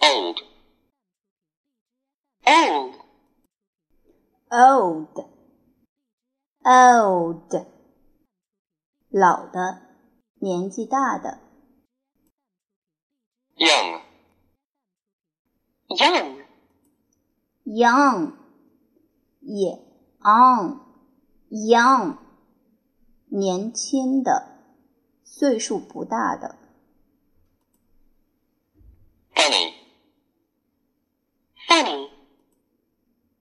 old, old, old, old，老的，年纪大的 young, young, ，young，也 on，young，年轻的，岁数不大的 funny, funny,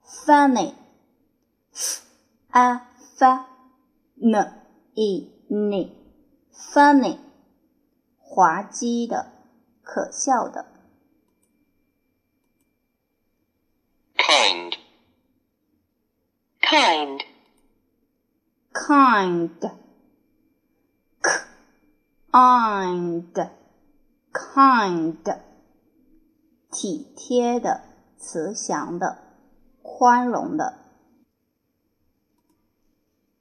，funny，a f n e n，funny，滑稽的，可笑的。 kind, kind, kind, kind, kind，体贴的、慈祥的、宽容的。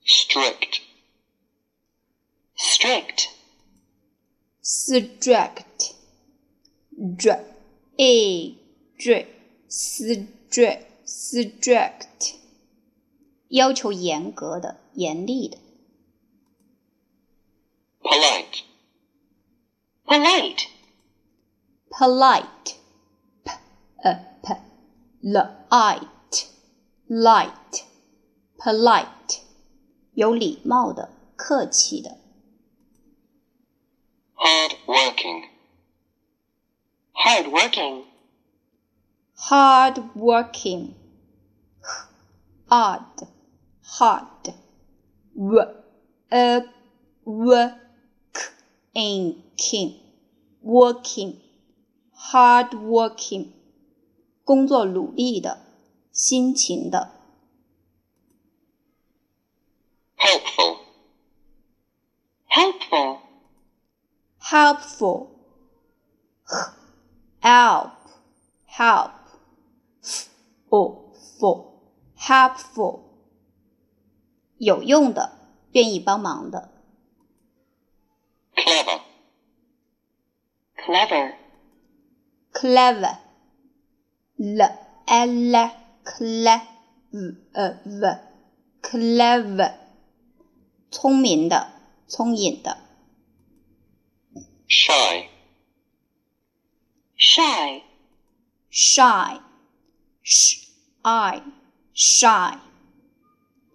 strict, strict, strict, dr, a, dr, strict, strict，要求严格的、严厉的。 polite, polite, polite, p a p l i t e light, polite，有礼貌的、客气的。 hard working, hard working, hard working, hard, hard, uh, work, working, working, hard working，工作努力的，辛勤的。 helpful, helpful, helpful, help, help, awful, helpful，有用的，愿意帮忙的。 clever, clever, clever, l l clever, clever，聪明的，聪颖的。 shy, shy, shy, shy, shy，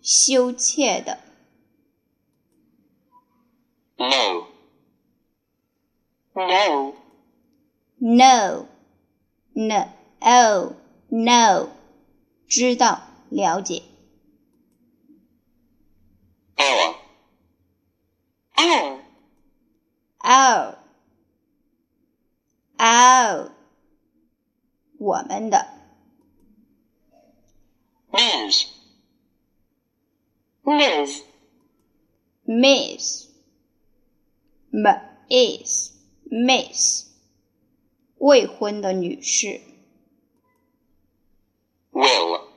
羞怯的。 low, low, No, no, oh, no，知道，了解。 hour, hour, Our, our，我们的。 news, news, Miss, m is, miss，未婚的女士。 will,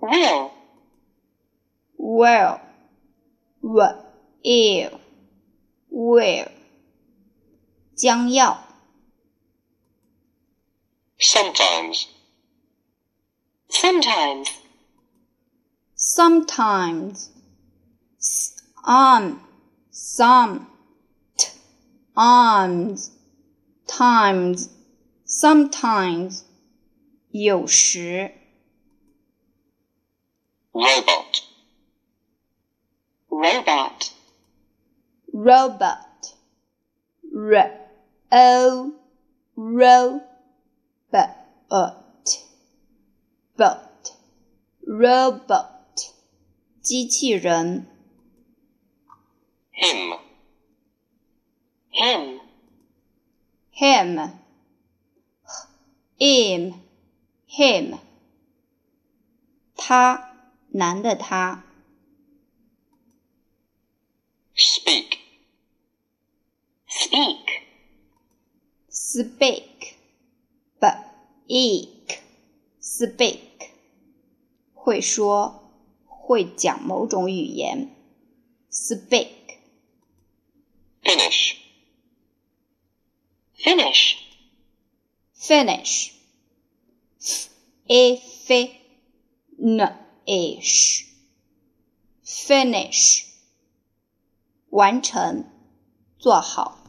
will, Well, will, will，将要。 sometimes, sometimes, sometimes, some, some, t, arms, times, sometimes, 有时 robot, robot, robot, r, o, ro, bot, bot, robot, 机器人 him, him, him, him, him，他，男的他 speak, speak, ，speak, speak, speak，会说，会讲某种语言，speak， finish, finish, finish. F a f n i s h finish，完成，做好。